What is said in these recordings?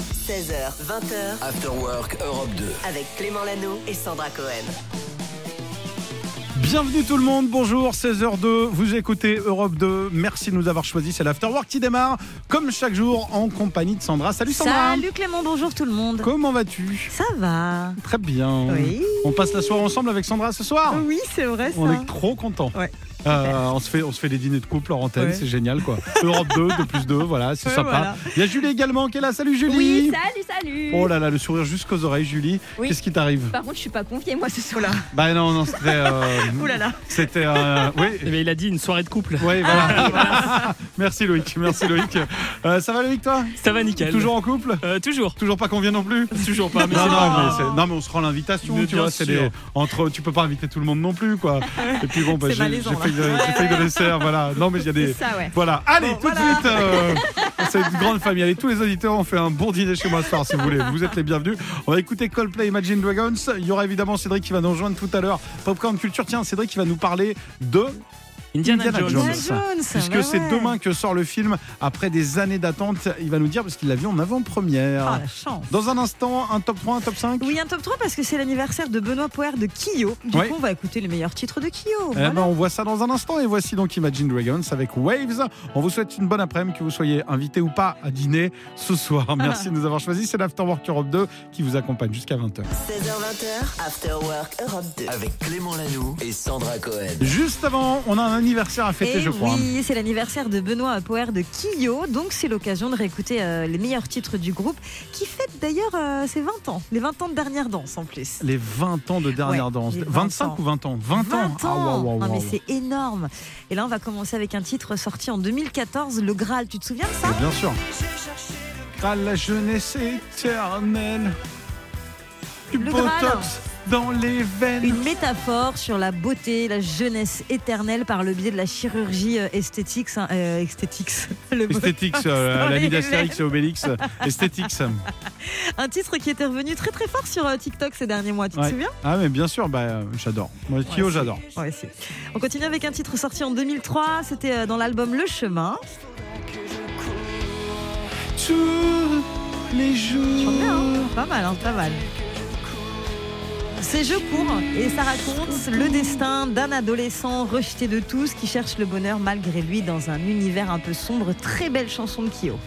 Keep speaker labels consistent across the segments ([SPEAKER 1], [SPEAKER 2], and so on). [SPEAKER 1] 16h, 20h,
[SPEAKER 2] After Work Europe 2.
[SPEAKER 1] avec Clément Lano et Sandra Cohen.
[SPEAKER 3] Bienvenue tout le monde, bonjour, 16h02, vous écoutez Europe 2, merci de nous avoir choisis, c'est l'Afterwork qui démarre, comme chaque jour, en compagnie de Sandra. Salut Sandra
[SPEAKER 4] Salut Clément, bonjour tout le monde.
[SPEAKER 3] Comment vas-tu
[SPEAKER 4] Ça va
[SPEAKER 3] Très bien.
[SPEAKER 4] Oui.
[SPEAKER 3] On passe la soirée ensemble avec Sandra ce soir
[SPEAKER 4] Oui, c'est vrai ça.
[SPEAKER 3] On est trop contents.
[SPEAKER 4] Ouais.
[SPEAKER 3] Euh, on, se fait, on se fait des dîners de couple en antenne,
[SPEAKER 4] Ouais.
[SPEAKER 3] c'est génial quoi. Europe 2, 2 plus 2, voilà, c'est
[SPEAKER 4] Ouais,
[SPEAKER 3] sympa.
[SPEAKER 4] voilà.
[SPEAKER 3] Il y a Julie également qui est là, salut Julie
[SPEAKER 5] Oui, salut, salut.
[SPEAKER 3] Oh là là, le sourire jusqu'aux oreilles, Julie.
[SPEAKER 5] Oui.
[SPEAKER 3] Qu'est-ce qui t'arrive
[SPEAKER 5] Par contre, je suis pas confiée moi ce soir.
[SPEAKER 3] Bah non, non, c'était. euh,
[SPEAKER 4] Ouh là là.
[SPEAKER 3] C'était. euh, oui,
[SPEAKER 6] Eh bien, il a dit une soirée de couple.
[SPEAKER 3] Ouais,
[SPEAKER 6] Ah,
[SPEAKER 3] voilà. merci Loïc, merci Loïc. Euh, ça va Loïc toi
[SPEAKER 6] Ça va nickel.
[SPEAKER 3] Toujours en couple
[SPEAKER 6] Euh, Toujours.
[SPEAKER 3] Toujours pas convient non plus
[SPEAKER 6] Toujours pas. Mais
[SPEAKER 3] non,
[SPEAKER 6] c'est
[SPEAKER 3] non, mais
[SPEAKER 6] pas-
[SPEAKER 3] c'est- non, mais on se rend l'invitation,
[SPEAKER 6] Mais
[SPEAKER 3] tu vois.
[SPEAKER 6] bien
[SPEAKER 3] c'est
[SPEAKER 6] sûr.
[SPEAKER 3] des- entre, tu peux pas inviter tout le monde non plus, quoi. Et puis bon, bah,
[SPEAKER 4] C'est
[SPEAKER 3] j'ai j'ai
[SPEAKER 4] malaisant, là.
[SPEAKER 3] failli de- j'ai failli de dessert, voilà. Non, mais il y a des.
[SPEAKER 5] Ça, ouais.
[SPEAKER 3] Voilà. Allez, tout de suite. euh, c'est une grande famille. Allez, tous les auditeurs ont fait un bon dîner chez moi ce soir, si vous voulez. Vous êtes les bienvenus. On va écouter Coldplay Imagine Dragons. Il y aura évidemment Cédric qui va nous rejoindre tout à l'heure. Popcorn Culture. Tiens, Cédric qui va nous parler de
[SPEAKER 6] Indiana,
[SPEAKER 3] Indiana
[SPEAKER 6] Jones.
[SPEAKER 3] Jones. Puisque
[SPEAKER 4] bah
[SPEAKER 3] c'est
[SPEAKER 4] ouais.
[SPEAKER 3] demain que sort le film, après des années d'attente, il va nous dire, parce qu'il l'a vu en avant-première.
[SPEAKER 4] Ah la chance.
[SPEAKER 3] Dans un instant, un top 3, un top 5
[SPEAKER 4] Oui, un top 3 parce que c'est l'anniversaire de Benoît Poer de Kyo. Du
[SPEAKER 3] Ouais.
[SPEAKER 4] coup, on va écouter les meilleurs titres de Kyo.
[SPEAKER 3] Eh
[SPEAKER 4] Voilà.
[SPEAKER 3] ben, on voit ça dans un instant. Et voici donc Imagine Dragons avec Waves. On vous souhaite une bonne après-midi, que vous soyez invité ou pas à dîner ce soir. Merci de nous avoir choisis. C'est l'Afterwork Europe 2 qui vous accompagne jusqu'à 20h.
[SPEAKER 1] 16h, 20h, After Work Europe 2.
[SPEAKER 2] Avec Clément Lanoux et Sandra Cohen.
[SPEAKER 3] Juste avant, on a un anniversaire à fêter,
[SPEAKER 4] Et
[SPEAKER 3] je crois.
[SPEAKER 4] Eh oui, c'est l'anniversaire de Benoît Poer de Kyo, donc c'est l'occasion de réécouter euh, les meilleurs titres du groupe, qui fête d'ailleurs euh, ses 20 ans, les 20 ans de dernière danse en plus.
[SPEAKER 3] Les 20 ans de dernière
[SPEAKER 4] Ouais,
[SPEAKER 3] danse.
[SPEAKER 4] les
[SPEAKER 3] 25
[SPEAKER 4] 20 ans.
[SPEAKER 3] ou 20 ans 20, ans, Ah, waouh, waouh,
[SPEAKER 4] Non, mais
[SPEAKER 3] waouh.
[SPEAKER 4] c'est énorme. Et là, on va commencer avec un titre sorti en 2014, Le Graal. Tu te souviens de ça
[SPEAKER 3] Mais Bien sûr. À la jeunesse éternelle. Du
[SPEAKER 4] Le
[SPEAKER 3] botox
[SPEAKER 4] Graal.
[SPEAKER 3] dans les veines.
[SPEAKER 4] Une métaphore sur la beauté, la jeunesse éternelle par le biais de la chirurgie euh, esthétique. hein, euh, esthétique, le mot.
[SPEAKER 3] Esthétique, euh,
[SPEAKER 4] Dans
[SPEAKER 3] l'ami
[SPEAKER 4] les
[SPEAKER 3] d'Astérix et Obélix. Esthétique,
[SPEAKER 4] Un titre qui était revenu très très fort sur euh, TikTok ces derniers mois, tu
[SPEAKER 3] Ouais.
[SPEAKER 4] te souviens
[SPEAKER 3] Ah, mais bien sûr, bah, euh, j'adore. Moi, Kyo,
[SPEAKER 4] Ouais, c'est-
[SPEAKER 3] j'adore.
[SPEAKER 4] Ouais, c'est- On continue avec un titre sorti en 2003, c'était euh, dans l'album Le Chemin.
[SPEAKER 3] Tous les jours.
[SPEAKER 4] Chante bien, hein pas mal, hein, pas mal. C'est Je cours et ça raconte le destin d'un adolescent rejeté de tous qui cherche le bonheur malgré lui dans un univers un peu sombre. Très belle chanson de Kyo.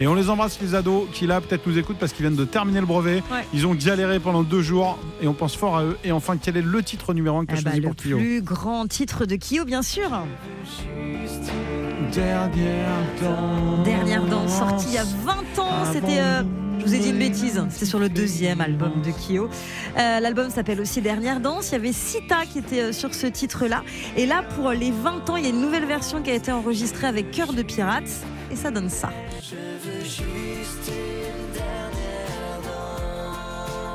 [SPEAKER 3] Et on les embrasse, les ados, qui là, peut-être nous écoutent parce qu'ils viennent de terminer le brevet.
[SPEAKER 4] Ouais.
[SPEAKER 3] Ils ont galéré pendant deux jours et on pense fort à eux. Et enfin, quel est le titre numéro 1 que
[SPEAKER 4] Eh
[SPEAKER 3] je
[SPEAKER 4] bah,
[SPEAKER 3] choisis
[SPEAKER 4] le
[SPEAKER 3] pour Kyo
[SPEAKER 4] plus grand titre de Kyo, bien sûr.
[SPEAKER 3] Dernière danse.
[SPEAKER 4] Dernière danse sortie il y a 20 ans. C'était. euh, je vous ai dit une bêtise, c'était sur le deuxième album de Kyo. Euh, L'album s'appelle aussi Dernière Danse. Il y avait Sita qui était euh, sur ce titre-là. Et là, pour les 20 ans, il y a une nouvelle version qui a été enregistrée avec Cœur de Pirate. Et ça donne ça.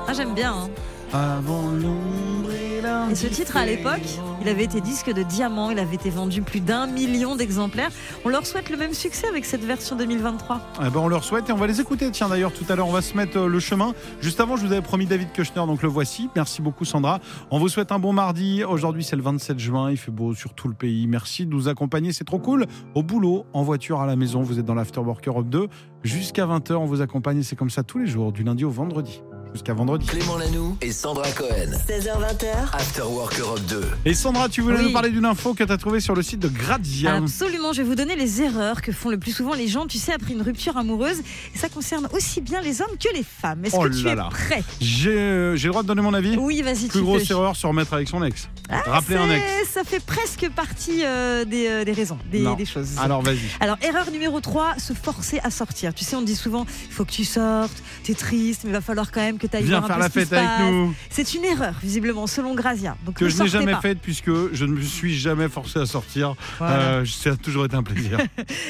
[SPEAKER 4] Ah, j'aime bien. hein.
[SPEAKER 3] Avant l'ombre et la
[SPEAKER 4] Et ce titre, à l'époque, il avait été disque de diamant. Il avait été vendu plus d'un million d'exemplaires. On leur souhaite le même succès avec cette version 2023.
[SPEAKER 3] Eh ben, on leur souhaite et on va les écouter. Tiens, d'ailleurs, tout à l'heure, on va se mettre euh, le chemin. Juste avant, je vous avais promis David Kushner, donc le voici. Merci beaucoup, Sandra. On vous souhaite un bon mardi. Aujourd'hui, c'est le 27 juin. Il fait beau sur tout le pays. Merci de nous accompagner. C'est trop cool. Au boulot, en voiture, à la maison. Vous êtes dans l'Afterwork Europe 2. Jusqu'à 20h, on vous accompagne. et C'est comme ça tous les jours, du lundi au vendredi. Jusqu'à vendredi.
[SPEAKER 2] Clément Lanoux et Sandra Cohen.
[SPEAKER 1] 16h, 20h,
[SPEAKER 2] After Work Europe 2.
[SPEAKER 3] Et Sandra, tu voulais
[SPEAKER 4] Oui. Ah,
[SPEAKER 3] nous parler d'une info que tu as trouvée sur le site de Grazia.
[SPEAKER 4] Absolument, je vais vous donner les erreurs que font le plus souvent les gens, tu sais, après une rupture amoureuse. Et ça concerne aussi bien les hommes que les femmes. Est-ce
[SPEAKER 3] Oh
[SPEAKER 4] que tu
[SPEAKER 3] là
[SPEAKER 4] es
[SPEAKER 3] là.
[SPEAKER 4] prêt
[SPEAKER 3] J'ai euh, j'ai le droit de donner mon avis
[SPEAKER 4] Oui, vas-y, tu
[SPEAKER 3] Plus grosse
[SPEAKER 4] peux.
[SPEAKER 3] erreur, se remettre avec son ex. Rappeler un ex.
[SPEAKER 4] C'est- Ça fait presque partie euh, des, euh, des raisons, des,
[SPEAKER 3] Non.
[SPEAKER 4] des choses.
[SPEAKER 3] Alors vas-y.
[SPEAKER 4] Alors, erreur numéro 3, se forcer à sortir. Tu sais, on dit souvent, il faut que tu sortes, t'es triste, mais il va falloir quand même que tu ailles
[SPEAKER 3] Viens
[SPEAKER 4] voir un
[SPEAKER 3] faire
[SPEAKER 4] peu
[SPEAKER 3] la
[SPEAKER 4] ce qui se
[SPEAKER 3] fête avec
[SPEAKER 4] passe.
[SPEAKER 3] nous.
[SPEAKER 4] C'est une erreur, visiblement, selon Grazia. Donc,
[SPEAKER 3] que
[SPEAKER 4] ne
[SPEAKER 3] je n'ai
[SPEAKER 4] sortez
[SPEAKER 3] jamais
[SPEAKER 4] pas.
[SPEAKER 3] faite puisque je ne me suis jamais forcé à sortir.
[SPEAKER 4] Voilà.
[SPEAKER 3] Euh, ça a toujours été un plaisir.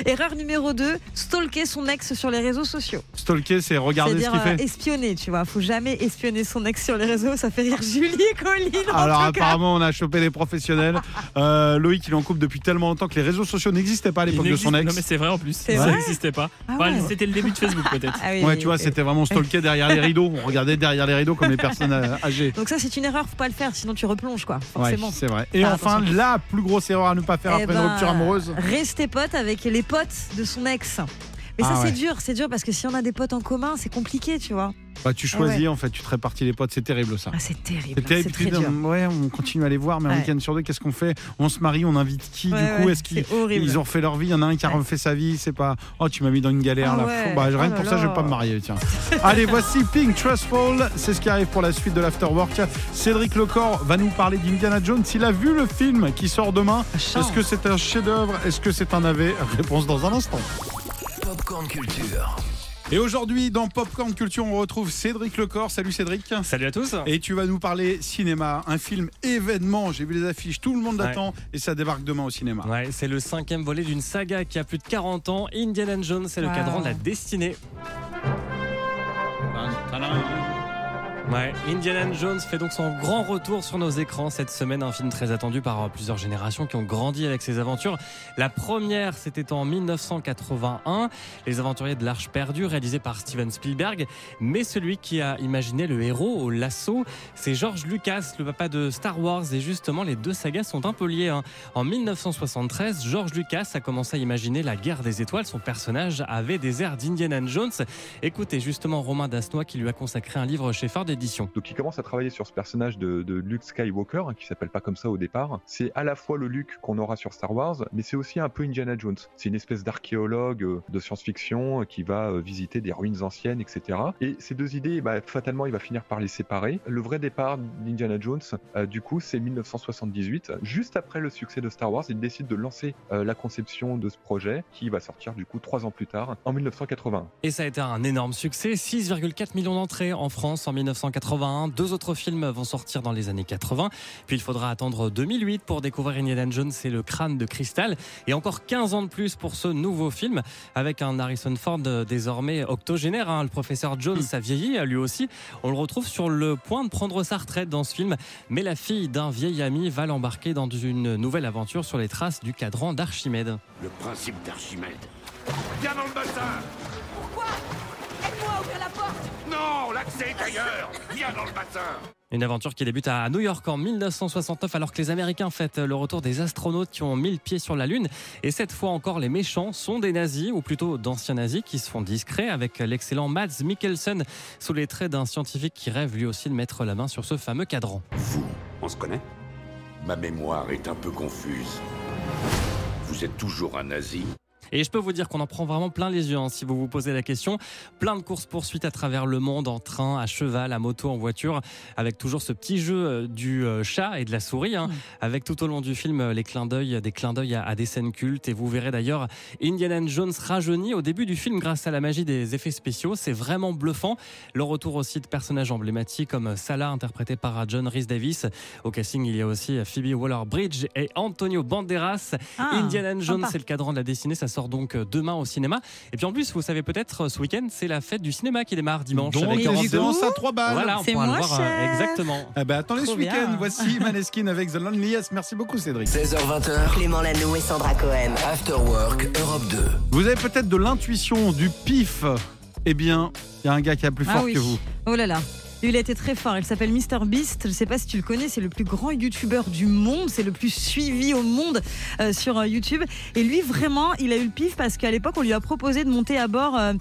[SPEAKER 4] Erreur numéro 2, stalker son ex sur les réseaux sociaux.
[SPEAKER 3] Stalker, c'est regarder ce
[SPEAKER 4] C'est-à-dire
[SPEAKER 3] qu'il
[SPEAKER 4] euh,
[SPEAKER 3] fait.
[SPEAKER 4] espionner, tu vois. Faut jamais espionner son ex sur les réseaux. Ça fait rire Julie et Colline. en
[SPEAKER 3] Alors ah,
[SPEAKER 4] tout cas.
[SPEAKER 3] apparemment on a chopé les professionnels. Euh, Loïc il est en couple depuis tellement longtemps que les réseaux sociaux n'existaient pas à
[SPEAKER 6] Il
[SPEAKER 3] l'époque de son
[SPEAKER 6] n'existe- Non, mais
[SPEAKER 3] ex.
[SPEAKER 6] c'est vrai en plus.
[SPEAKER 4] C'est
[SPEAKER 6] Ça
[SPEAKER 4] vrai
[SPEAKER 6] n'existait pas.
[SPEAKER 4] Ah
[SPEAKER 6] Enfin,
[SPEAKER 4] ouais.
[SPEAKER 6] C'était le début de Facebook, peut-être.
[SPEAKER 4] Ah oui,
[SPEAKER 3] Ouais
[SPEAKER 4] oui,
[SPEAKER 3] tu vois
[SPEAKER 4] oui.
[SPEAKER 3] c'était vraiment stalker derrière les rideaux. On regardait derrière les rideaux comme les personnes euh, âgées.
[SPEAKER 4] Donc ça, c'est une erreur. Faut pas le faire, sinon tu replonges, quoi.
[SPEAKER 3] Ouais,
[SPEAKER 4] Forcément.
[SPEAKER 3] c'est vrai. Et
[SPEAKER 4] Faire
[SPEAKER 3] enfin
[SPEAKER 4] Bah, attention.
[SPEAKER 3] la plus grosse erreur à ne pas faire
[SPEAKER 4] Eh
[SPEAKER 3] après une
[SPEAKER 4] ben,
[SPEAKER 3] rupture amoureuse.
[SPEAKER 4] Rester pote avec les potes de son ex. Mais ça,
[SPEAKER 3] Ah ouais.
[SPEAKER 4] c'est dur, c'est dur parce que si on a des potes en commun, c'est compliqué, tu vois.
[SPEAKER 3] Bah, tu choisis en fait, tu te répartis les potes, c'est terrible ça.
[SPEAKER 4] Ah, c'est terrible.
[SPEAKER 3] C'est
[SPEAKER 4] hein,
[SPEAKER 3] terrible. tu
[SPEAKER 4] très
[SPEAKER 3] dis,
[SPEAKER 4] dur.
[SPEAKER 3] ouais, on continue à les voir, mais un
[SPEAKER 4] Ouais.
[SPEAKER 3] week-end sur deux, qu'est-ce qu'on fait On se marie, on invite qui Du
[SPEAKER 4] Ouais,
[SPEAKER 3] coup,
[SPEAKER 4] ouais,
[SPEAKER 3] est-ce qu'ils
[SPEAKER 4] c'est horrible.
[SPEAKER 3] ils ont refait leur vie Il y en a un qui a
[SPEAKER 4] Ouais.
[SPEAKER 3] refait sa vie, c'est pas Oh, tu m'as mis dans une galère
[SPEAKER 4] Ah
[SPEAKER 3] là.
[SPEAKER 4] ouais.
[SPEAKER 3] Pff, Bah, rien
[SPEAKER 4] Oh
[SPEAKER 3] que
[SPEAKER 4] là
[SPEAKER 3] pour ça, je vais
[SPEAKER 4] là.
[SPEAKER 3] pas me marier, tiens. Allez, voici Pink Trustful. C'est ce qui arrive pour la suite de l'Afterwork. Cédric Lecor va nous parler d'Indiana Jones. Il a vu le film qui sort demain. Est-ce que c'est un chef-d'œuvre Est-ce que c'est un AV Réponse dans un instant.
[SPEAKER 2] Popcorn Culture.
[SPEAKER 3] Et aujourd'hui, dans Popcorn Culture, on retrouve Cédric Lecor. Salut Cédric.
[SPEAKER 6] Salut à tous.
[SPEAKER 3] Et tu vas nous parler cinéma, un film événement. J'ai vu les affiches, tout le monde
[SPEAKER 7] Ouais.
[SPEAKER 3] l'attend et ça débarque demain au cinéma.
[SPEAKER 7] Ouais, c'est le cinquième volet d'une saga qui a plus de 40 ans. Indiana Jones, c'est le
[SPEAKER 4] Wow.
[SPEAKER 7] cadran de la destinée. Ouais, Indiana Jones fait donc son grand retour sur nos écrans cette semaine, un film très attendu par euh, plusieurs générations qui ont grandi avec ses aventures. La première, c'était en 1981, Les Aventuriers de l'Arche perdue, réalisé par Steven Spielberg. Mais celui qui a imaginé le héros au lasso, c'est George Lucas, le papa de Star Wars. Et justement, les deux sagas sont un peu liées. hein. En 1973, George Lucas a commencé à imaginer la guerre des étoiles. Son personnage avait des airs d'Indiana Jones. Écoutez justement Romain Dasnois qui lui a consacré un livre chez Fard Édition.
[SPEAKER 8] Donc il commence à travailler sur ce personnage de, de Luke Skywalker, hein, qui s'appelle pas comme ça au départ. C'est à la fois le Luke qu'on aura sur Star Wars, mais c'est aussi un peu Indiana Jones. C'est une espèce d'archéologue euh, de science-fiction euh, qui va euh, visiter des ruines anciennes, etc. Et ces deux idées, bah, fatalement, il va finir par les séparer. Le vrai départ d'Indiana Jones, euh, du coup, c'est 1978. Juste après le succès de Star Wars, il décide de lancer euh, la conception de ce projet, qui va sortir du coup trois ans plus tard, en 1981.
[SPEAKER 7] Et ça a été un énorme succès, 6,4 millions d'entrées en France en 1981. Deux autres films vont sortir dans les années 80. Puis il faudra attendre 2008 pour découvrir Indiana Jones et le crâne de cristal. Et encore 15 ans de plus pour ce nouveau film avec un Harrison Ford euh, désormais octogénaire. hein. Le professeur Jones a vieilli, hein, lui aussi. On le retrouve sur le point de prendre sa retraite dans ce film. Mais la fille d'un vieil ami va l'embarquer dans une nouvelle aventure sur les traces du cadran d'Archimède.
[SPEAKER 9] Le principe d'Archimède. Viens dans le bassin
[SPEAKER 5] Aide-moi à ouvrir la porte
[SPEAKER 9] Non, l'accès est ailleurs Viens dans le bassin
[SPEAKER 7] Une aventure qui débute à New York en 1969 alors que les Américains fêtent le retour des astronautes qui ont mis le pied sur la Lune. Et cette fois encore, les méchants sont des nazis, ou plutôt d'anciens nazis qui se font discrets avec l'excellent Mads Mikkelsen sous les traits d'un scientifique qui rêve lui aussi de mettre la main sur ce fameux cadran.
[SPEAKER 9] Vous, on se connaît Ma mémoire est un peu confuse. Vous êtes toujours un nazi
[SPEAKER 7] Et je peux vous dire qu'on en prend vraiment plein les yeux hein, si vous vous posez la question. Plein de courses-poursuites à travers le monde, en train, à cheval, à moto, en voiture, avec toujours ce petit jeu euh, du euh, chat et de la souris, hein, avec tout au long du film euh, les clins d'œil, des clins d'œil à, à des scènes cultes. Et vous verrez d'ailleurs Indiana Jones rajeuni au début du film grâce à la magie des effets spéciaux. C'est vraiment bluffant. Le retour aussi de personnages emblématiques comme Salah, interprété par euh, John Rhys Davis. Au casting, il y a aussi euh, Phoebe Waller-Bridge et Antonio Banderas.
[SPEAKER 4] Ah,
[SPEAKER 7] Indiana Jones,
[SPEAKER 4] sympa.
[SPEAKER 7] c'est le cadran de la destinée. Ça sort donc euh, demain au cinéma. Et puis en plus, vous savez peut-être, euh, ce week-end, c'est la fête du cinéma qui démarre dimanche.
[SPEAKER 3] Donc,
[SPEAKER 7] avec
[SPEAKER 3] il
[SPEAKER 7] un-
[SPEAKER 3] se lance à 3 balles.
[SPEAKER 7] Voilà, on
[SPEAKER 4] C'est
[SPEAKER 7] pourra le
[SPEAKER 4] moins
[SPEAKER 7] voir euh,
[SPEAKER 4] cher.
[SPEAKER 7] exactement.
[SPEAKER 3] Eh ben, attendez
[SPEAKER 4] Trop
[SPEAKER 3] ce week-end.
[SPEAKER 4] bien.
[SPEAKER 3] Voici Maneskin avec The Loneliest. Merci beaucoup, Cédric.
[SPEAKER 2] 16h20h.
[SPEAKER 1] Clément Lano et Sandra Cohen.
[SPEAKER 2] After Work Europe 2.
[SPEAKER 3] Vous avez peut-être de l'intuition, du pif. Eh bien, il y a un gars qui a plus fort
[SPEAKER 4] Ah oui.
[SPEAKER 3] que vous.
[SPEAKER 4] Oh là là. Lui, Il a été très fort. Il s'appelle Mister Beast. Je ne sais pas si tu le connais. C'est le plus grand youtubeur du monde. C'est le plus suivi au monde euh, sur euh, YouTube. Et lui, vraiment, il a eu le pif parce qu'à l'époque, on lui a proposé de monter à bord euh,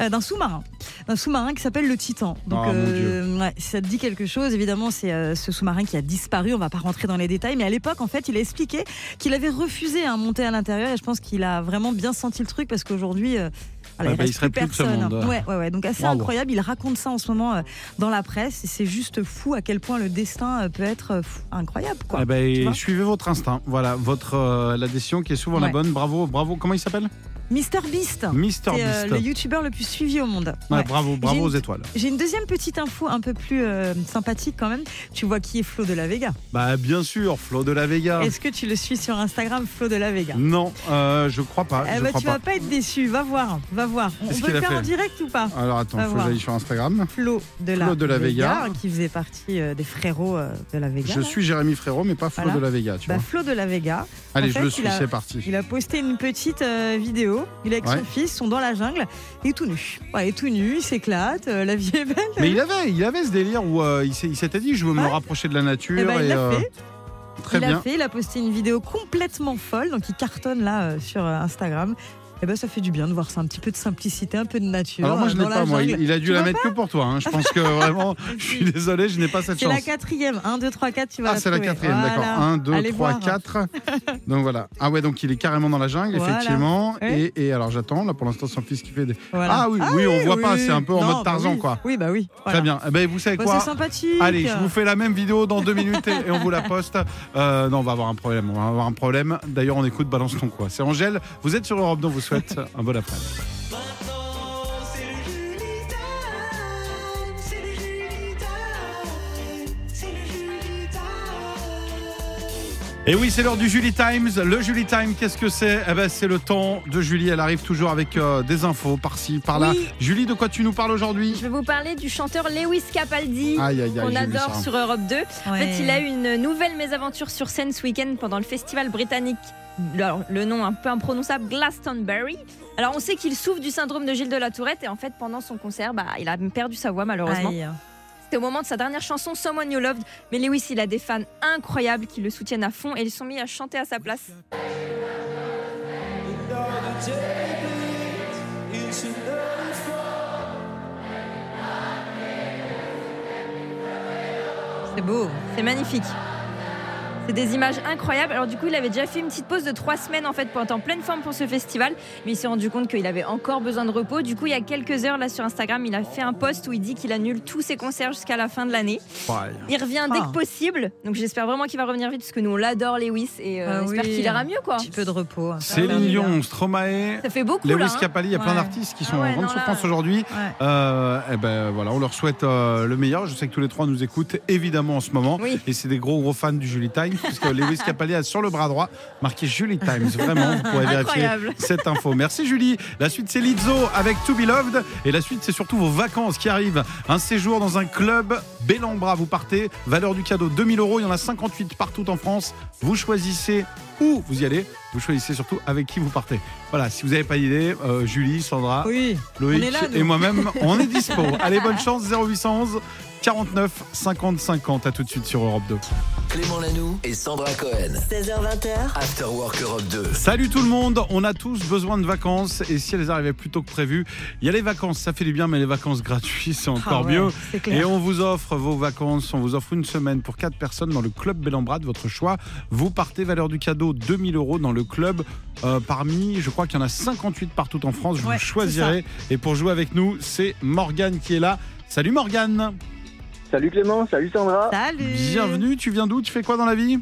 [SPEAKER 4] euh, d'un sous-marin. D'un sous-marin qui s'appelle le Titan. Donc, euh,
[SPEAKER 3] Ah, mon
[SPEAKER 4] ouais, si ça te dit quelque chose, évidemment, c'est euh, ce sous-marin qui a disparu. On va pas rentrer dans les détails. Mais à l'époque, en fait, il a expliqué qu'il avait refusé à monter à l'intérieur. Et je pense qu'il a vraiment bien senti le truc parce qu'aujourd'hui. euh, voilà,
[SPEAKER 3] Ouais,
[SPEAKER 4] il
[SPEAKER 3] bah, il
[SPEAKER 4] reste
[SPEAKER 3] serait
[SPEAKER 4] plus
[SPEAKER 3] plus que ce
[SPEAKER 4] personne.
[SPEAKER 3] monde.
[SPEAKER 4] Ouais, ouais, ouais. Donc assez
[SPEAKER 3] Waouh.
[SPEAKER 4] incroyable. Il raconte ça en ce moment euh, dans la presse. Et C'est juste fou à quel point le destin euh, peut être euh, fou, incroyable, quoi.
[SPEAKER 3] Eh ben,
[SPEAKER 4] Tu vois
[SPEAKER 3] suivez votre instinct. Voilà, votre euh, la décision qui est souvent la
[SPEAKER 4] Ouais.
[SPEAKER 3] bonne. Bravo, bravo. Comment il s'appelle
[SPEAKER 4] Mister Beast.
[SPEAKER 3] Mister
[SPEAKER 4] C'est euh,
[SPEAKER 3] Beast.
[SPEAKER 4] le youtubeur le plus suivi au monde.
[SPEAKER 3] Ouais,
[SPEAKER 4] Ouais.
[SPEAKER 3] Bravo, bravo
[SPEAKER 4] J'ai
[SPEAKER 3] aux
[SPEAKER 4] une-
[SPEAKER 3] étoiles.
[SPEAKER 4] J'ai une deuxième petite info un peu plus euh, sympathique quand même. Tu vois qui est Flo de la Vega
[SPEAKER 3] Bah bien sûr, Flo de la Vega.
[SPEAKER 4] Est-ce que tu le suis sur Instagram, Flo de la Vega
[SPEAKER 3] Ah. Non, euh, je crois pas.
[SPEAKER 4] Eh
[SPEAKER 3] je
[SPEAKER 4] ben,
[SPEAKER 3] crois
[SPEAKER 4] tu
[SPEAKER 3] pas.
[SPEAKER 4] vas pas être déçu. Va voir, va voir. On
[SPEAKER 3] Qu'est-ce
[SPEAKER 4] peut
[SPEAKER 3] qu'il
[SPEAKER 4] le
[SPEAKER 3] a
[SPEAKER 4] faire
[SPEAKER 3] fait
[SPEAKER 4] en direct ou pas
[SPEAKER 3] Alors attends,
[SPEAKER 4] Va
[SPEAKER 3] faut que
[SPEAKER 4] voir.
[SPEAKER 3] j'aille sur Instagram.
[SPEAKER 4] Flo de la,
[SPEAKER 3] Flo de la Vega.
[SPEAKER 4] qui faisait partie euh, des frérots euh, de la Vega.
[SPEAKER 3] Je
[SPEAKER 4] là.
[SPEAKER 3] suis Jérémy Frérot, mais pas Flo
[SPEAKER 4] Voilà.
[SPEAKER 3] de la Vega, tu
[SPEAKER 4] Bah,
[SPEAKER 3] vois.
[SPEAKER 4] Flo de la Vega.
[SPEAKER 3] Allez,
[SPEAKER 4] en
[SPEAKER 3] je
[SPEAKER 4] fait,
[SPEAKER 3] le suis,
[SPEAKER 4] il a-
[SPEAKER 3] c'est parti.
[SPEAKER 4] Il a posté une petite euh, vidéo. Il est avec
[SPEAKER 3] Ouais.
[SPEAKER 4] son fils, ils sont dans la jungle. Il est tout nu. Ouais, il est tout nu, il s'éclate, euh, la vie est belle.
[SPEAKER 3] Mais il avait, il avait ce délire où euh, il s'est- il s'était dit, je veux me rapprocher de la nature
[SPEAKER 4] Eh ben, il l'a
[SPEAKER 3] euh,
[SPEAKER 4] fait.
[SPEAKER 3] très
[SPEAKER 4] il
[SPEAKER 3] bien.
[SPEAKER 4] a fait, il a posté une vidéo complètement folle, donc il cartonne là euh, sur euh, Instagram. Eh ben, ça fait du bien de voir ça, un petit peu de simplicité, un peu de nature.
[SPEAKER 3] Alors moi,
[SPEAKER 4] euh,
[SPEAKER 3] je
[SPEAKER 4] dans
[SPEAKER 3] l'ai
[SPEAKER 4] la
[SPEAKER 3] pas, moi.
[SPEAKER 4] jungle.
[SPEAKER 3] Il, il a dû
[SPEAKER 4] Tu
[SPEAKER 3] la
[SPEAKER 4] vois
[SPEAKER 3] mettre que pour toi. hein. Je pense que vraiment, je suis désolé, je n'ai pas cette
[SPEAKER 4] C'est la
[SPEAKER 3] chance.
[SPEAKER 4] quatrième. 1, 2, 3, 4, tu vas
[SPEAKER 3] Ah, c'est la
[SPEAKER 4] trouver.
[SPEAKER 3] quatrième,
[SPEAKER 4] Voilà.
[SPEAKER 3] d'accord. 1, 2,
[SPEAKER 4] Allez
[SPEAKER 3] 3,
[SPEAKER 4] voir.
[SPEAKER 3] 4. Donc voilà. Ah ouais, donc il est carrément dans la jungle,
[SPEAKER 4] Voilà.
[SPEAKER 3] effectivement.
[SPEAKER 4] Ouais.
[SPEAKER 3] Et, et alors j'attends, là pour l'instant, sans fils qui fait des.
[SPEAKER 4] Voilà.
[SPEAKER 3] Ah oui, oui, on voit pas, c'est un peu en
[SPEAKER 4] Non,
[SPEAKER 3] mode
[SPEAKER 4] bah
[SPEAKER 3] Tarzan,
[SPEAKER 4] oui.
[SPEAKER 3] quoi.
[SPEAKER 4] Oui, bah oui. Voilà.
[SPEAKER 3] Très bien. Eh ben, vous savez
[SPEAKER 4] Bah,
[SPEAKER 3] quoi
[SPEAKER 4] c'est sympathique.
[SPEAKER 3] Allez,
[SPEAKER 5] euh,
[SPEAKER 3] je vous fais la même vidéo dans deux minutes et, et on vous la poste. Euh, non, on va avoir un problème. On va avoir un problème. D'ailleurs, on écoute Balance ton quoi. C'est Angèle. Vous êtes sur Europe 2. On vous souhaite un bon après. Et oui, c'est l'heure du Julie Times. Le Julie Time, qu'est-ce que c'est Eh ben, c'est le temps de Julie. Elle arrive toujours avec euh, des infos par-ci, par-là.
[SPEAKER 5] Oui.
[SPEAKER 3] Julie, de quoi tu nous parles aujourd'hui
[SPEAKER 5] Je vais vous parler du chanteur Lewis Capaldi.
[SPEAKER 3] Aïe, aïe, aïe.
[SPEAKER 5] qu'on
[SPEAKER 3] j'ai vu
[SPEAKER 5] adore
[SPEAKER 3] ça.
[SPEAKER 5] sur Europe 2. En
[SPEAKER 4] Ouais.
[SPEAKER 5] fait, il a eu une nouvelle mésaventure sur scène ce week-end pendant le festival britannique. Alors, le nom un peu imprononçable, Glastonbury. Alors, on sait qu'il souffre du syndrome de Gilles de la Tourette et en fait, pendant son concert, bah, il a perdu sa voix malheureusement.
[SPEAKER 4] Aïe.
[SPEAKER 5] C'était au moment de sa dernière chanson Someone You Loved, mais Lewis il a des fans incroyables qui le soutiennent à fond et ils sont mis à chanter à sa place.
[SPEAKER 4] C'est beau.
[SPEAKER 5] C'est magnifique. C'est des images incroyables. Alors du coup, il avait déjà fait une petite pause de trois semaines en fait pour être en pleine forme pour ce festival, mais il s'est rendu compte qu'il avait encore besoin de repos. Du coup, il y a quelques heures là sur Instagram, il a fait un post où il dit qu'il annule tous ses concerts jusqu'à la fin de l'année.
[SPEAKER 3] Pareil.
[SPEAKER 5] Il revient dès
[SPEAKER 4] Ah.
[SPEAKER 5] que possible, donc j'espère vraiment qu'il va revenir vite parce que nous on l'adore Lewis et euh,
[SPEAKER 4] Ah
[SPEAKER 5] on espère
[SPEAKER 4] oui.
[SPEAKER 5] qu'il ira mieux quoi.
[SPEAKER 4] Un petit peu de repos. hein.
[SPEAKER 5] Ah,
[SPEAKER 3] Céline Dion, Stromae,
[SPEAKER 5] Ça fait beaucoup là.
[SPEAKER 3] Lewis
[SPEAKER 5] hein.
[SPEAKER 3] Capaldi, il y a plein
[SPEAKER 4] Ouais.
[SPEAKER 3] d'artistes qui sont
[SPEAKER 5] Ah ouais,
[SPEAKER 3] en grande
[SPEAKER 5] non, là-
[SPEAKER 3] souffrance aujourd'hui.
[SPEAKER 4] Ouais.
[SPEAKER 3] Euh, eh ben voilà, on leur souhaite euh, le meilleur. Je sais que tous les trois nous écoutent évidemment en ce moment.
[SPEAKER 5] Oui.
[SPEAKER 3] Et c'est des gros gros fans du Julie Times, puisque Lewis Capaldi a sur le bras droit marqué Julie Times. Vraiment, vous pourrez vérifier
[SPEAKER 4] Incroyable.
[SPEAKER 3] cette info. Merci Julie. La suite c'est Lizzo avec To Be Loved. Et la suite c'est surtout vos vacances qui arrivent. Un séjour dans un club Bellambra. Vous partez, valeur du cadeau 2000 euros. Il y en a 58 partout en France. Vous choisissez où vous y allez. Vous choisissez surtout avec qui vous partez. Voilà, si vous n'avez pas d'idée, euh, Julie, Sandra,
[SPEAKER 4] Oui.
[SPEAKER 3] Loïc
[SPEAKER 4] On est là, nous.
[SPEAKER 3] et moi-même, on est dispo. Allez, bonne chance, 0811 49 50 50. À tout de suite sur Europe 2.
[SPEAKER 2] Clément Lanoux et Sandra Cohen.
[SPEAKER 1] 16h20h,
[SPEAKER 2] After Work Europe 2.
[SPEAKER 3] Salut tout le monde, on a tous besoin de vacances et si elles arrivaient plus tôt que prévu, il y a les vacances, ça fait du bien, mais les vacances gratuites, c'est encore
[SPEAKER 4] Ah ouais,
[SPEAKER 3] mieux.
[SPEAKER 4] C'est
[SPEAKER 3] Et
[SPEAKER 4] clair.
[SPEAKER 3] on vous offre vos vacances, on vous offre une semaine pour quatre personnes dans le club Bellambra de votre choix. Vous partez valeur du cadeau 2000 euros dans le club. Euh, parmi, je crois qu'il y en a 58 partout en France, je
[SPEAKER 4] Ouais,
[SPEAKER 3] vous
[SPEAKER 4] c'est
[SPEAKER 3] choisirai. Et pour jouer avec nous, c'est Morgane qui est là. Salut Morgane
[SPEAKER 10] Salut Clément, salut Sandra.
[SPEAKER 4] Salut.
[SPEAKER 3] Bienvenue, tu viens d'où Tu fais quoi dans la vie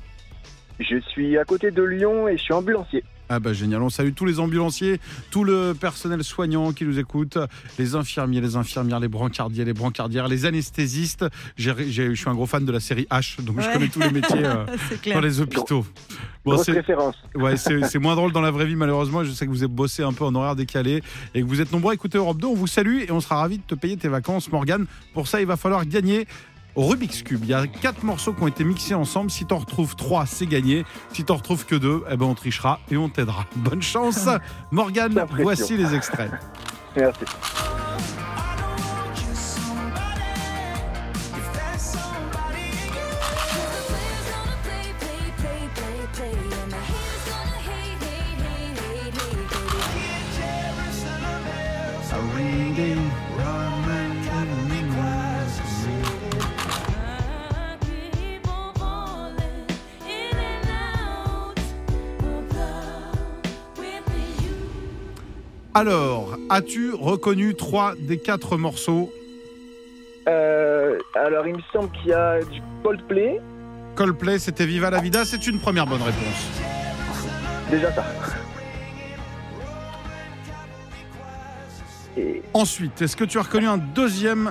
[SPEAKER 10] Je suis à côté de Lyon et je suis ambulancier.
[SPEAKER 3] Ah bah génial, on salue tous les ambulanciers, tout le personnel soignant qui nous écoute, les infirmiers, les infirmières, les brancardiers, les brancardières, les anesthésistes. J'ai- j'ai- Je suis un gros fan de la série H, donc je
[SPEAKER 4] Ouais.
[SPEAKER 3] connais tous les métiers euh,
[SPEAKER 4] C'est
[SPEAKER 3] dans
[SPEAKER 4] clair.
[SPEAKER 3] les hôpitaux. Bon,
[SPEAKER 10] Grosse
[SPEAKER 3] c'est
[SPEAKER 10] référence.
[SPEAKER 3] ouais, c'est- c'est moins drôle dans la vraie vie malheureusement, je sais que vous êtes bossé un peu en horaire décalé et que vous êtes nombreux à écouter Europe 2, on vous salue et on sera ravis de te payer tes vacances Morgane. Pour ça, il va falloir gagner. au Rubik's Cube, il y a quatre morceaux qui ont été mixés ensemble. Si t'en retrouves trois, c'est gagné. Si t'en retrouves que deux, eh ben on trichera et on t'aidera. Bonne chance, Morgane.
[SPEAKER 10] La pression.
[SPEAKER 3] Voici les extraits.
[SPEAKER 10] Merci.
[SPEAKER 3] Alors, as-tu reconnu trois des quatre morceaux
[SPEAKER 10] Euh, alors il me semble qu'il y a du Coldplay.
[SPEAKER 3] Coldplay, c'était Viva la Vida. C'est une première bonne réponse.
[SPEAKER 10] Déjà ça. Et
[SPEAKER 3] Ensuite, est-ce que tu as reconnu un deuxième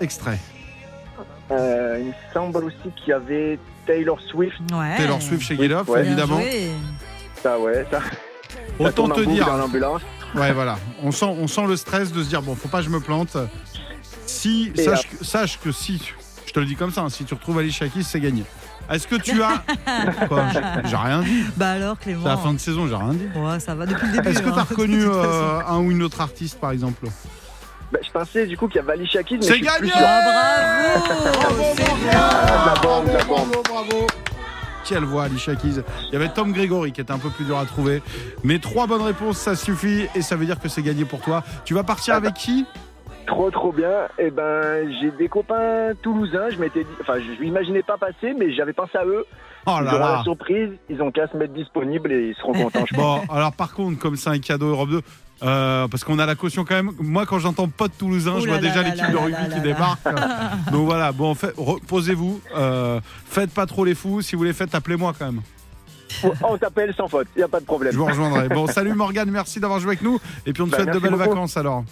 [SPEAKER 3] extrait
[SPEAKER 10] euh, il me semble aussi qu'il y avait Taylor Swift.
[SPEAKER 4] Ouais.
[SPEAKER 3] Taylor Swift chez Get Off,
[SPEAKER 10] Ouais.
[SPEAKER 4] Bien
[SPEAKER 3] évidemment.
[SPEAKER 4] joué.
[SPEAKER 10] Ça ouais, ça. ça
[SPEAKER 3] Autant
[SPEAKER 10] tourne en
[SPEAKER 3] te
[SPEAKER 10] boucle Dans
[SPEAKER 3] dire,
[SPEAKER 10] l'ambulance.
[SPEAKER 3] ouais, voilà. On sent, on sent le stress de se dire bon, faut pas que je me plante. Si,
[SPEAKER 10] Et
[SPEAKER 3] sache, que- sache que si, tu- je te le dis comme ça, hein, si tu retrouves Alicia Keys, c'est gagné. Est-ce que tu as Quoi J'ai- J'ai rien dit.
[SPEAKER 4] Bah alors,
[SPEAKER 3] C'est la fin
[SPEAKER 4] Clément. euh,
[SPEAKER 3] de saison, j'ai rien dit.
[SPEAKER 4] Ouais, ça va depuis le début.
[SPEAKER 3] Est-ce que
[SPEAKER 4] hein,
[SPEAKER 3] tu as
[SPEAKER 4] de toute
[SPEAKER 3] reconnu
[SPEAKER 4] façon.
[SPEAKER 3] euh, un ou une autre artiste, par exemple
[SPEAKER 10] Bah, je pensais du coup qu'il y avait Alicia Keys. mais
[SPEAKER 3] C'est
[SPEAKER 10] je suis
[SPEAKER 3] gagné
[SPEAKER 10] plus sûr.
[SPEAKER 4] Ah, bravo
[SPEAKER 3] Bravo,
[SPEAKER 4] C'est
[SPEAKER 3] bravo,
[SPEAKER 4] bien.
[SPEAKER 10] Ah, de la bombe, de la
[SPEAKER 3] bravo,
[SPEAKER 10] bombe.
[SPEAKER 3] bravo, bravo. quelle voix, Alicia Keys. Il y avait Tom Gregory qui était un peu plus dur à trouver. Mais trois bonnes réponses, ça suffit et ça veut dire que c'est gagné pour toi. Tu vas partir avec qui
[SPEAKER 10] Trop trop bien. Et ben j'ai des copains toulousains. Je m'étais dit, enfin je m'imaginais pas passer, mais j'avais pensé à eux.
[SPEAKER 3] Oh
[SPEAKER 10] Ils
[SPEAKER 3] là
[SPEAKER 10] auront la
[SPEAKER 3] là Eh,
[SPEAKER 10] surprise. Ils ont qu'à se mettre disponibles et ils seront contents. Je pense.
[SPEAKER 3] Bon, alors par contre, comme c'est un cadeau Europe 2, euh, parce qu'on a la caution quand même. Moi, quand j'entends pas de Toulousain,
[SPEAKER 4] Ouh
[SPEAKER 3] je
[SPEAKER 4] là
[SPEAKER 3] vois
[SPEAKER 4] là
[SPEAKER 3] déjà
[SPEAKER 4] là
[SPEAKER 3] l'équipe
[SPEAKER 4] là
[SPEAKER 3] de
[SPEAKER 4] là
[SPEAKER 3] rugby
[SPEAKER 4] là
[SPEAKER 3] qui
[SPEAKER 4] là.
[SPEAKER 3] débarque. Donc voilà, bon, fait- reposez-vous. euh, faites pas trop les fous. Si vous les faites, appelez-moi quand même.
[SPEAKER 10] Oh, On t'appelle sans faute. Il y a pas de problème.
[SPEAKER 3] Je vous rejoindrai. Bon, salut Morgane, merci d'avoir joué avec nous. Et puis on te
[SPEAKER 10] Bah,
[SPEAKER 3] souhaite de
[SPEAKER 10] merci
[SPEAKER 3] belles
[SPEAKER 10] beaucoup.
[SPEAKER 3] vacances alors.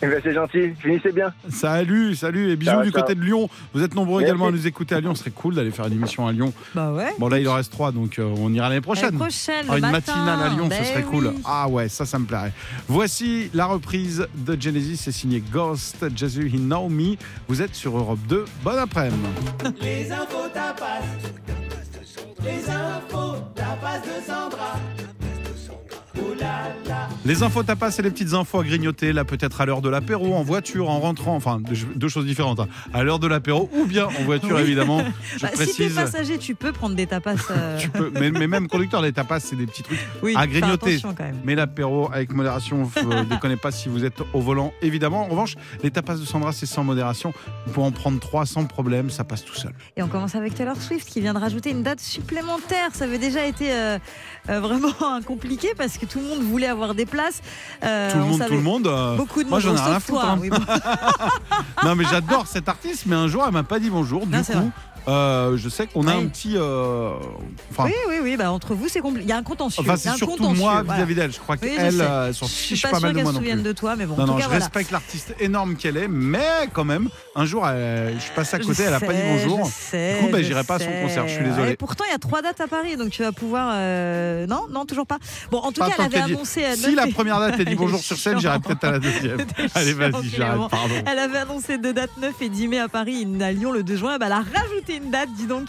[SPEAKER 10] Eh ben, c'est gentil. Finissez bien.
[SPEAKER 3] Salut, salut. Et bisous
[SPEAKER 10] Ciao,
[SPEAKER 3] du
[SPEAKER 10] ciao.
[SPEAKER 3] côté de Lyon. Vous êtes nombreux
[SPEAKER 10] Merci.
[SPEAKER 3] également à nous écouter à Lyon. Ce serait cool d'aller faire une émission à Lyon.
[SPEAKER 4] Bah ouais.
[SPEAKER 3] Bon, là, il en reste trois, donc euh, on ira l'année
[SPEAKER 4] La
[SPEAKER 3] prochaine.
[SPEAKER 4] prochaine,
[SPEAKER 3] Ah,
[SPEAKER 4] le
[SPEAKER 3] une
[SPEAKER 4] matin.
[SPEAKER 3] matinale à Lyon,
[SPEAKER 4] Ben
[SPEAKER 3] ce serait
[SPEAKER 4] oui.
[SPEAKER 3] cool. Ah ouais, ça, ça me plairait. Voici la reprise de Genesis, c'est signé Ghost, Jesus He Know Me. Vous êtes sur Europe 2. Bon après-midi. Les infos tapas et les petites infos à grignoter, là peut-être à l'heure de l'apéro, en voiture, en rentrant, enfin deux- deux choses différentes, hein. à l'heure de l'apéro ou bien en voiture
[SPEAKER 4] Oui.
[SPEAKER 3] évidemment, je
[SPEAKER 4] Bah, si t'es
[SPEAKER 3] précise.
[SPEAKER 4] passager, tu peux prendre des tapas. euh,
[SPEAKER 3] Tu peux, mais, mais même conducteur, les tapas, c'est des petits trucs.
[SPEAKER 4] oui,
[SPEAKER 3] à
[SPEAKER 4] fais
[SPEAKER 3] grignoter.
[SPEAKER 4] attention quand même.
[SPEAKER 3] Mais l'apéro avec modération, f- euh, ne déconnez pas si vous êtes au volant, évidemment. En revanche, les tapas de Sandra, c'est sans modération. Vous pouvez en prendre trois sans problème, ça passe tout seul.
[SPEAKER 4] Et on commence avec Taylor Swift qui vient de rajouter une date supplémentaire. Ça avait déjà été euh, euh, vraiment hein, compliqué parce que tout le monde voulait avoir des places. Euh,
[SPEAKER 3] tout le
[SPEAKER 4] on
[SPEAKER 3] monde,
[SPEAKER 4] savait-
[SPEAKER 3] tout le monde. euh,
[SPEAKER 4] Beaucoup de
[SPEAKER 3] moi,
[SPEAKER 4] monde,
[SPEAKER 3] j'en ai
[SPEAKER 4] sauf
[SPEAKER 3] rien à foutre,
[SPEAKER 4] toi.
[SPEAKER 3] hein.
[SPEAKER 4] Oui, bon.
[SPEAKER 3] Non, mais j'adore cette artiste, mais un jour, elle m'a pas dit bonjour. Du
[SPEAKER 4] Non, c'est vrai.
[SPEAKER 3] coup, euh, je sais qu'on a
[SPEAKER 4] Oui.
[SPEAKER 3] un petit. euh, Enfin,
[SPEAKER 4] oui, oui, oui, bah, entre vous, c'est compliqué. Il y a un contentieux.
[SPEAKER 3] enfin,
[SPEAKER 4] Il y a
[SPEAKER 3] c'est
[SPEAKER 4] un
[SPEAKER 3] surtout
[SPEAKER 4] contentieux,
[SPEAKER 3] moi
[SPEAKER 4] voilà.
[SPEAKER 3] vis-à-vis d'elle. Je crois
[SPEAKER 4] Oui, je
[SPEAKER 3] qu'elle
[SPEAKER 4] sais.
[SPEAKER 3] euh, s'en
[SPEAKER 4] Je suis
[SPEAKER 3] fiche
[SPEAKER 4] pas,
[SPEAKER 3] pas,
[SPEAKER 4] sûre
[SPEAKER 3] mal de
[SPEAKER 4] qu'elle
[SPEAKER 3] moi
[SPEAKER 4] se
[SPEAKER 3] non plus.
[SPEAKER 4] souvienne de toi, mais bon,
[SPEAKER 3] Non,
[SPEAKER 4] en tout
[SPEAKER 3] non,
[SPEAKER 4] cas,
[SPEAKER 3] je
[SPEAKER 4] voilà.
[SPEAKER 3] respecte l'artiste énorme qu'elle est, mais quand même, un jour, elle- je suis passé à
[SPEAKER 4] Je
[SPEAKER 3] côté, elle a pas dit
[SPEAKER 4] sais,
[SPEAKER 3] bonjour.
[SPEAKER 4] je sais,
[SPEAKER 3] Du coup, ben,
[SPEAKER 4] je
[SPEAKER 3] j'irai pas à son
[SPEAKER 4] sais.
[SPEAKER 3] concert, je suis désolé.
[SPEAKER 4] Et pourtant, il y a trois dates à Paris, donc tu vas pouvoir. euh, Non, non, toujours pas. Bon, en tout
[SPEAKER 3] Pas
[SPEAKER 4] cas,
[SPEAKER 3] tant
[SPEAKER 4] elle
[SPEAKER 3] qu'elle
[SPEAKER 4] avait
[SPEAKER 3] dit-
[SPEAKER 4] annoncé. euh,
[SPEAKER 3] Si
[SPEAKER 4] neuf
[SPEAKER 3] la
[SPEAKER 4] et-
[SPEAKER 3] première date, elle dit
[SPEAKER 4] Elle est
[SPEAKER 3] bonjour sur scène, j'irai
[SPEAKER 4] chiante.
[SPEAKER 3] peut-être à la deuxième.
[SPEAKER 4] T'es
[SPEAKER 3] Allez,
[SPEAKER 4] chiant,
[SPEAKER 3] vas-y, j'arrête,
[SPEAKER 4] Clément.
[SPEAKER 3] pardon.
[SPEAKER 4] Elle avait annoncé deux dates, 9 et 10 mai à Paris, une à Lyon le 2 juin. Bah, elle a rajouté une date, dis donc.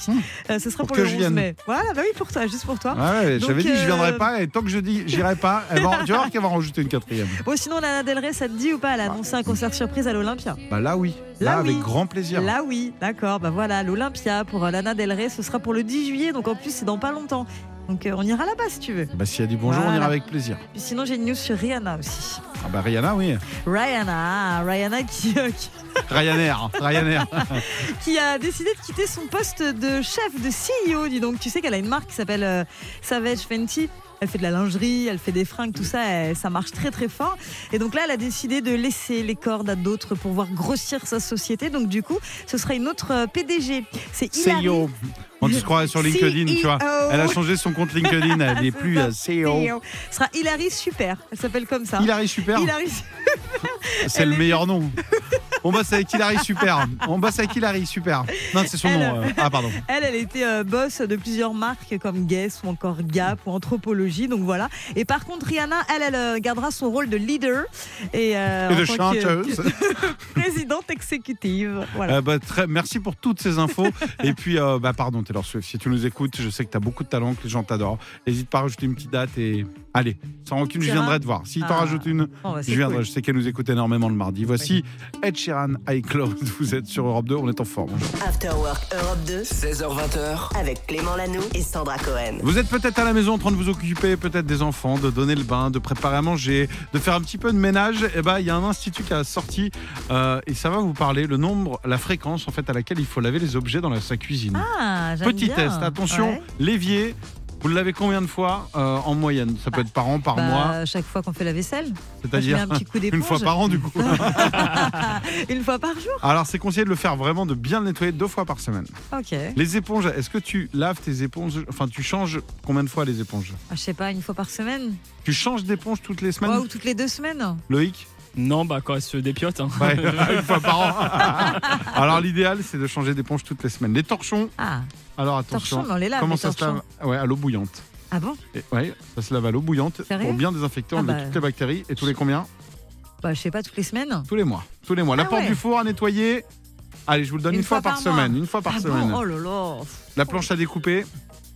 [SPEAKER 4] Euh, ce sera
[SPEAKER 3] Hmm. Pour
[SPEAKER 4] pour,
[SPEAKER 3] que
[SPEAKER 4] le
[SPEAKER 3] je
[SPEAKER 4] 11
[SPEAKER 3] vienne.
[SPEAKER 4] mai. Voilà, bah oui, pour toi, juste pour toi.
[SPEAKER 3] Ah Ouais,
[SPEAKER 4] Donc,
[SPEAKER 3] j'avais dit que je viendrais
[SPEAKER 4] euh,
[SPEAKER 3] pas, et tant que je dis j'irai pas, elle va- tu vas voir qu'elle va en rajouter une quatrième.
[SPEAKER 4] Bon, sinon, Lana Del Rey, ça te dit ou pas Elle a annoncé un concert surprise à l'Olympia.
[SPEAKER 3] Bah là, oui. Là,
[SPEAKER 4] Là, oui.
[SPEAKER 3] avec grand plaisir.
[SPEAKER 4] Là, oui, d'accord. Bah voilà, l'Olympia pour euh, Lana Del Rey, ce sera pour le 10 juillet, donc en plus, c'est dans pas longtemps. Donc euh, on ira là-bas si tu veux.
[SPEAKER 3] Bah, si elle dit bonjour, on
[SPEAKER 4] Voilà.
[SPEAKER 3] ira avec plaisir.
[SPEAKER 4] Puis sinon, j'ai une news sur Rihanna aussi.
[SPEAKER 3] Ah bah, Rihanna, oui.
[SPEAKER 4] Rihanna, Rihanna qui, euh, qui-
[SPEAKER 3] Ryanair, Ryanair.
[SPEAKER 4] qui a décidé de quitter son poste de chef, de CEO, dis donc. Tu sais qu'elle a une marque qui s'appelle euh, Savage Fenty. Elle fait de la lingerie, elle fait des fringues, tout ça, elle- ça marche très très fort. Et donc là, elle a décidé de laisser les cordes à d'autres pour voir grossir sa société. Donc du coup, ce sera une autre euh, PDG. C'est E Hilary
[SPEAKER 3] CEO. On se croirait E sur LinkedIn, tu vois.
[SPEAKER 4] CEO.
[SPEAKER 3] Elle a changé son compte LinkedIn, elle n'est plus euh, CEO.
[SPEAKER 4] CEO. Ce sera Hilary Super. Elle s'appelle comme ça.
[SPEAKER 3] Hilary Super,
[SPEAKER 4] Hilary-
[SPEAKER 3] c'est le meilleur nom. On bosse avec Hilary Super. On bosse avec Hilary Super. Non, c'est son
[SPEAKER 4] Elle-
[SPEAKER 3] nom. euh. Ah, pardon.
[SPEAKER 4] Elle, elle était euh, boss de plusieurs marques comme Guess ou encore Gap ou Anthropologie. Donc voilà. Et par contre, Rihanna, elle, elle euh, gardera son rôle de leader et, euh,
[SPEAKER 3] Et
[SPEAKER 4] en
[SPEAKER 3] de
[SPEAKER 4] tant que-
[SPEAKER 3] chanteuse.
[SPEAKER 4] présidente exécutive. Voilà.
[SPEAKER 3] Euh, bah, très- merci pour toutes ces infos. Et puis, euh, bah, pardon, Taylor Swift, si tu nous écoutes, je sais que tu as beaucoup de talent, que les gens t'adorent. N'hésite pas à rajouter une petite date et allez, sans rancune, je
[SPEAKER 4] Tira.
[SPEAKER 3] viendrai te voir. Si t'en
[SPEAKER 4] Ah.
[SPEAKER 3] rajoutes une,
[SPEAKER 4] Bon, bah, c'est
[SPEAKER 3] je viendrai.
[SPEAKER 4] cool.
[SPEAKER 3] Je sais qu'elle nous écoute énormément le mardi. Voici Ed Sheeran, iCloud. Vous êtes sur Europe 2, on est en forme.
[SPEAKER 1] After Work Europe 2
[SPEAKER 2] 16h20h,
[SPEAKER 1] avec Clément Lanoux et Sandra Cohen.
[SPEAKER 3] Vous êtes peut-être à la maison en train de vous occuper, peut-être des enfants, de donner le bain, de préparer à manger, de faire un petit peu de ménage. Et ben, il y a un institut qui a sorti euh, et ça va vous parler le nombre, la fréquence en fait à laquelle il faut laver les objets dans la- sa cuisine.
[SPEAKER 4] Ah, j'aime
[SPEAKER 3] Petit
[SPEAKER 4] bien.
[SPEAKER 3] test, attention,
[SPEAKER 4] Ouais.
[SPEAKER 3] l'évier, vous le lavez combien de fois euh, en moyenne Ça peut être par an, par
[SPEAKER 4] Bah,
[SPEAKER 3] mois,
[SPEAKER 4] Chaque fois qu'on fait la vaisselle, je mets
[SPEAKER 3] c'est-à-dire
[SPEAKER 4] un petit coup d'éponge.
[SPEAKER 3] une fois par an du coup.
[SPEAKER 4] Une fois par jour.
[SPEAKER 3] Alors c'est conseillé de le faire vraiment, de bien le nettoyer deux fois par semaine.
[SPEAKER 4] Ok. Ah,
[SPEAKER 3] Les éponges, est-ce que tu laves tes éponges Enfin, tu changes combien de fois les éponges
[SPEAKER 4] Je sais pas, une fois par semaine.
[SPEAKER 3] Tu changes d'éponge toutes les semaines,
[SPEAKER 4] Ouais, ou toutes les deux semaines.
[SPEAKER 3] Loïc
[SPEAKER 6] Non, bah quand elle se dépiote. hein.
[SPEAKER 3] Ouais, une fois par an. Alors l'idéal, c'est de changer d'éponge toutes les semaines. Les torchons,
[SPEAKER 4] Ah,
[SPEAKER 3] alors
[SPEAKER 4] torchon,
[SPEAKER 3] attention.
[SPEAKER 4] mais on les lave.
[SPEAKER 3] Comment
[SPEAKER 4] les
[SPEAKER 3] ça se
[SPEAKER 4] torchons.
[SPEAKER 3] lave Ouais, à l'eau bouillante.
[SPEAKER 4] Ah bon
[SPEAKER 3] Et ouais, ça se lave à l'eau bouillante
[SPEAKER 4] Sérieux
[SPEAKER 3] pour bien désinfecter,
[SPEAKER 4] Ah
[SPEAKER 3] enlever
[SPEAKER 4] bah.
[SPEAKER 3] toutes les bactéries. Et tous les combien
[SPEAKER 4] Bah, je sais pas, toutes les semaines.
[SPEAKER 3] Tous les mois. Tous les mois. La
[SPEAKER 4] Ah
[SPEAKER 3] porte
[SPEAKER 4] ouais.
[SPEAKER 3] du four à nettoyer. Allez, je vous le donne une, fois, par,
[SPEAKER 4] mois.
[SPEAKER 3] semaine. Une fois par
[SPEAKER 4] ah bon
[SPEAKER 3] semaine.
[SPEAKER 4] oh là là.
[SPEAKER 3] La planche à découper.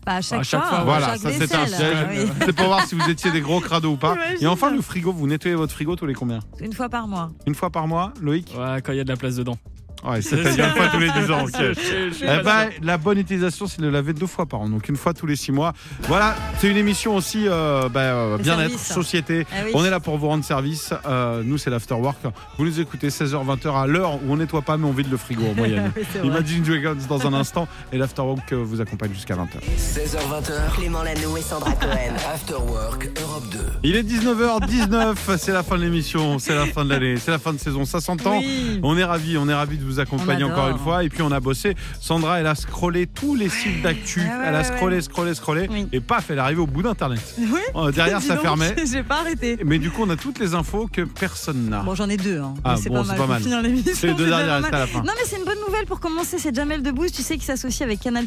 [SPEAKER 4] Bah, à
[SPEAKER 3] Ah,
[SPEAKER 4] chaque,
[SPEAKER 6] À chaque
[SPEAKER 4] fois,
[SPEAKER 6] fois,
[SPEAKER 4] à
[SPEAKER 3] voilà,
[SPEAKER 4] chaque
[SPEAKER 3] ça c'est un
[SPEAKER 4] vaisselle.
[SPEAKER 3] siège.
[SPEAKER 4] Ah oui.
[SPEAKER 3] C'est pour voir si vous étiez des gros crados ou pas.
[SPEAKER 4] J'imagine.
[SPEAKER 3] Et enfin, le frigo. Vous nettoyez votre frigo tous les combien
[SPEAKER 4] Une fois par mois.
[SPEAKER 3] Une fois par mois, Loïc
[SPEAKER 6] Ouais, quand il y a de la place dedans.
[SPEAKER 3] Ouais, c'est-à-dire une fois tous les 10 ans. ok.
[SPEAKER 6] Je-
[SPEAKER 3] Eh ben, la bonne utilisation, c'est de le laver deux fois par an, donc une fois tous les six mois. Voilà, c'est une émission aussi euh, bah, euh,
[SPEAKER 4] Les
[SPEAKER 3] bien-être,
[SPEAKER 4] services.
[SPEAKER 3] société.
[SPEAKER 4] Ah oui.
[SPEAKER 3] On est là pour vous rendre service. Euh, nous, c'est l'afterwork. Vous nous écoutez 16h, 20h à l'heure où on nettoie pas, mais on vide le frigo en moyenne.
[SPEAKER 4] Oui, c'est vrai.
[SPEAKER 3] Imagine Dragons dans un instant et l'afterwork euh, vous accompagne jusqu'à 20h.
[SPEAKER 2] 16h20h,
[SPEAKER 1] Clément Lano et Sandra Cohen.
[SPEAKER 2] After Work Europe 2.
[SPEAKER 3] Il est 19h19, c'est la fin de l'émission, c'est la fin de l'année, c'est la fin de saison, ça s'entend.
[SPEAKER 4] Oui.
[SPEAKER 3] On est ravis, on est ravis de vous accompagner
[SPEAKER 4] On adore.
[SPEAKER 3] encore une fois. Et puis on a bossé. Sandra, elle a scrollé tous les sites d'actu.
[SPEAKER 4] Ah ouais,
[SPEAKER 3] elle a
[SPEAKER 4] ouais,
[SPEAKER 3] scrollé, scrollé, scrollé.
[SPEAKER 4] Oui.
[SPEAKER 3] Et paf, elle est arrivée au bout d'Internet.
[SPEAKER 4] Oui.
[SPEAKER 3] Euh, derrière,
[SPEAKER 4] Dis
[SPEAKER 3] ça
[SPEAKER 4] donc,
[SPEAKER 3] fermait.
[SPEAKER 4] J'ai pas arrêté.
[SPEAKER 3] Mais du coup, on a toutes les infos que personne n'a.
[SPEAKER 4] Bon, j'en ai deux. hein.
[SPEAKER 3] Ah,
[SPEAKER 4] Mais c'est
[SPEAKER 3] bon,
[SPEAKER 4] pas
[SPEAKER 3] c'est
[SPEAKER 4] mal.
[SPEAKER 3] pas
[SPEAKER 4] pour
[SPEAKER 3] mal.
[SPEAKER 4] finir l'émission,
[SPEAKER 3] C'est les deux
[SPEAKER 4] pas
[SPEAKER 3] dernières,
[SPEAKER 4] mal.
[SPEAKER 3] c'est à la fin.
[SPEAKER 4] Non, mais c'est une bonne nouvelle pour commencer. C'est Jamel Debbouze, tu sais, qui s'associe avec Canal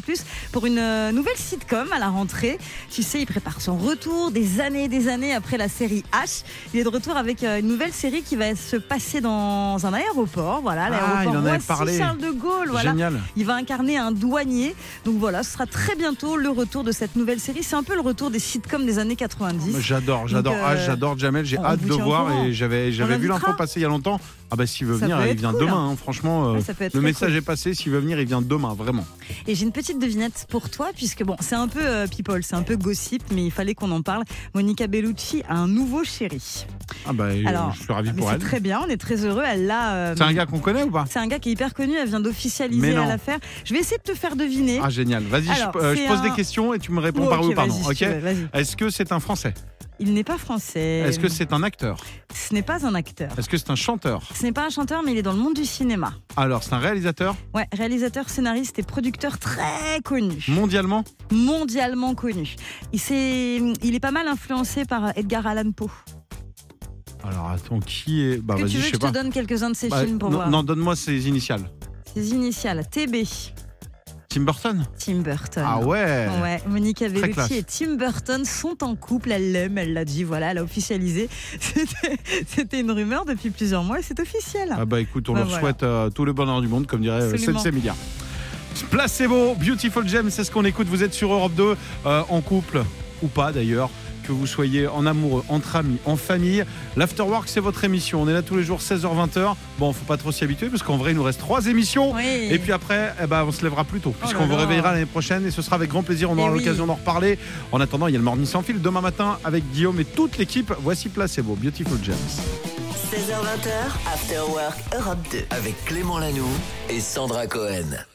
[SPEAKER 4] pour une euh, nouvelle sitcom à la rentrée. Tu sais, il prépare son retour des années et des années après la série H. Il est de retour avec euh, une nouvelle série qui va se passer dans un aéroport. Voilà,
[SPEAKER 3] Ah,
[SPEAKER 4] l'aéroport
[SPEAKER 3] il en avait
[SPEAKER 4] Roissy
[SPEAKER 3] parlé.
[SPEAKER 4] Charles de Gaulle. Voilà.
[SPEAKER 3] Génial.
[SPEAKER 4] Il va incarner un douanier. Donc voilà, ce sera très bientôt le retour de cette nouvelle série. C'est un peu le retour des sitcoms des années 90.
[SPEAKER 3] Oh, J'adore, j'adore
[SPEAKER 4] euh,
[SPEAKER 3] H, j'adore Jamel, j'ai
[SPEAKER 4] on
[SPEAKER 3] hâte
[SPEAKER 4] vous
[SPEAKER 3] de
[SPEAKER 4] tient au
[SPEAKER 3] voir
[SPEAKER 4] courant.
[SPEAKER 3] et j'avais, j'avais vu
[SPEAKER 4] l'invitera.
[SPEAKER 3] l'info passer il y a longtemps. Ah bah s'il veut
[SPEAKER 4] Ça
[SPEAKER 3] venir,
[SPEAKER 4] peut
[SPEAKER 3] il
[SPEAKER 4] être
[SPEAKER 3] vient
[SPEAKER 4] cool,
[SPEAKER 3] demain, hein, franchement.
[SPEAKER 4] Ouais,
[SPEAKER 3] euh,
[SPEAKER 4] ça peut être
[SPEAKER 3] le
[SPEAKER 4] très
[SPEAKER 3] message est passé, s'il veut venir, il vient demain, vraiment.
[SPEAKER 4] Et j'ai une petite devinette pour toi, puisque bon, c'est un peu euh, people, c'est un peu gossip, mais il fallait qu'on en parle. Monica Bellucci a un nouveau chéri.
[SPEAKER 3] Ah bah euh,
[SPEAKER 4] Alors,
[SPEAKER 3] je suis ravi
[SPEAKER 4] Mais
[SPEAKER 3] pour
[SPEAKER 4] c'est
[SPEAKER 3] elle.
[SPEAKER 4] très bien, on est très heureux. Elle l'a. euh,
[SPEAKER 3] C'est un gars qu'on connaît ou pas
[SPEAKER 4] c'est un gars qui est hyper connu, elle vient
[SPEAKER 3] Mais
[SPEAKER 4] d'officialiser
[SPEAKER 3] non.
[SPEAKER 4] à l'affaire. Je vais essayer de te faire deviner.
[SPEAKER 3] Ah génial, vas-y, je,
[SPEAKER 4] Alors,
[SPEAKER 3] euh, je
[SPEAKER 4] c'est
[SPEAKER 3] pose
[SPEAKER 4] un-
[SPEAKER 3] des questions et tu me réponds
[SPEAKER 4] Oh,
[SPEAKER 3] par oui
[SPEAKER 4] ok,
[SPEAKER 3] ou par
[SPEAKER 4] vas-y,
[SPEAKER 3] non,
[SPEAKER 4] si
[SPEAKER 3] ok
[SPEAKER 4] tu veux, vas-y.
[SPEAKER 3] Est-ce que c'est un français
[SPEAKER 4] Il n'est pas français.
[SPEAKER 3] Est-ce que c'est un acteur
[SPEAKER 4] Ce n'est pas un acteur.
[SPEAKER 3] Est-ce que c'est un chanteur
[SPEAKER 4] Ce n'est pas un chanteur, mais il est dans le monde du cinéma.
[SPEAKER 3] Alors, c'est un réalisateur
[SPEAKER 4] Ouais, réalisateur, scénariste et producteur très connu.
[SPEAKER 3] mondialement
[SPEAKER 4] mondialement connu. Il, s'est- il est pas mal influencé par Edgar Allan Poe.
[SPEAKER 3] Alors, attends, qui est Bah,
[SPEAKER 4] que
[SPEAKER 3] vas-y,
[SPEAKER 4] tu veux
[SPEAKER 3] je
[SPEAKER 4] que
[SPEAKER 3] sais
[SPEAKER 4] je
[SPEAKER 3] pas.
[SPEAKER 4] te donne quelques-uns de ses
[SPEAKER 3] Bah,
[SPEAKER 4] films pour
[SPEAKER 3] non,
[SPEAKER 4] voir
[SPEAKER 3] non, donne-moi ses initiales.
[SPEAKER 4] Ses initiales, TB,
[SPEAKER 3] Tim Burton
[SPEAKER 4] Tim Burton.
[SPEAKER 3] Ah ouais
[SPEAKER 4] Ouais, Monica
[SPEAKER 3] classe.
[SPEAKER 4] Bellucci et Tim Burton sont en couple, elle l'aime, elle l'a dit, voilà, elle a officialisé. C'était- C'était une rumeur depuis plusieurs mois et c'est officiel.
[SPEAKER 3] Ah bah écoute, on
[SPEAKER 4] Bah
[SPEAKER 3] leur
[SPEAKER 4] voilà.
[SPEAKER 3] souhaite euh, tout le bonheur du monde, comme dirait euh,
[SPEAKER 4] Absolument.
[SPEAKER 3] Sensei Milliard. Placebo, Beautiful Gem, c'est ce qu'on écoute. Vous êtes sur Europe 2, euh, en couple ou pas d'ailleurs, que vous soyez en amoureux, entre amis, en famille. L'Afterwork, c'est votre émission. On est là tous les jours, 16h-20h. Bon, faut pas trop s'y habituer, parce qu'en vrai, il nous reste trois émissions.
[SPEAKER 4] Oui. Oh
[SPEAKER 3] Et puis après, eh ben, on se lèvera plus tôt, puisqu'on
[SPEAKER 4] là
[SPEAKER 3] vous
[SPEAKER 4] là.
[SPEAKER 3] réveillera l'année prochaine et ce sera avec grand plaisir. On
[SPEAKER 4] Eh
[SPEAKER 3] aura
[SPEAKER 4] oui.
[SPEAKER 3] l'occasion d'en reparler. En attendant, il y a le Morning sans fil demain matin avec Guillaume et toute l'équipe. Voici Placebo, Beautiful James.
[SPEAKER 1] 16h20, After Work Europe 2.
[SPEAKER 2] Avec Clément Lanoux et Sandra Cohen.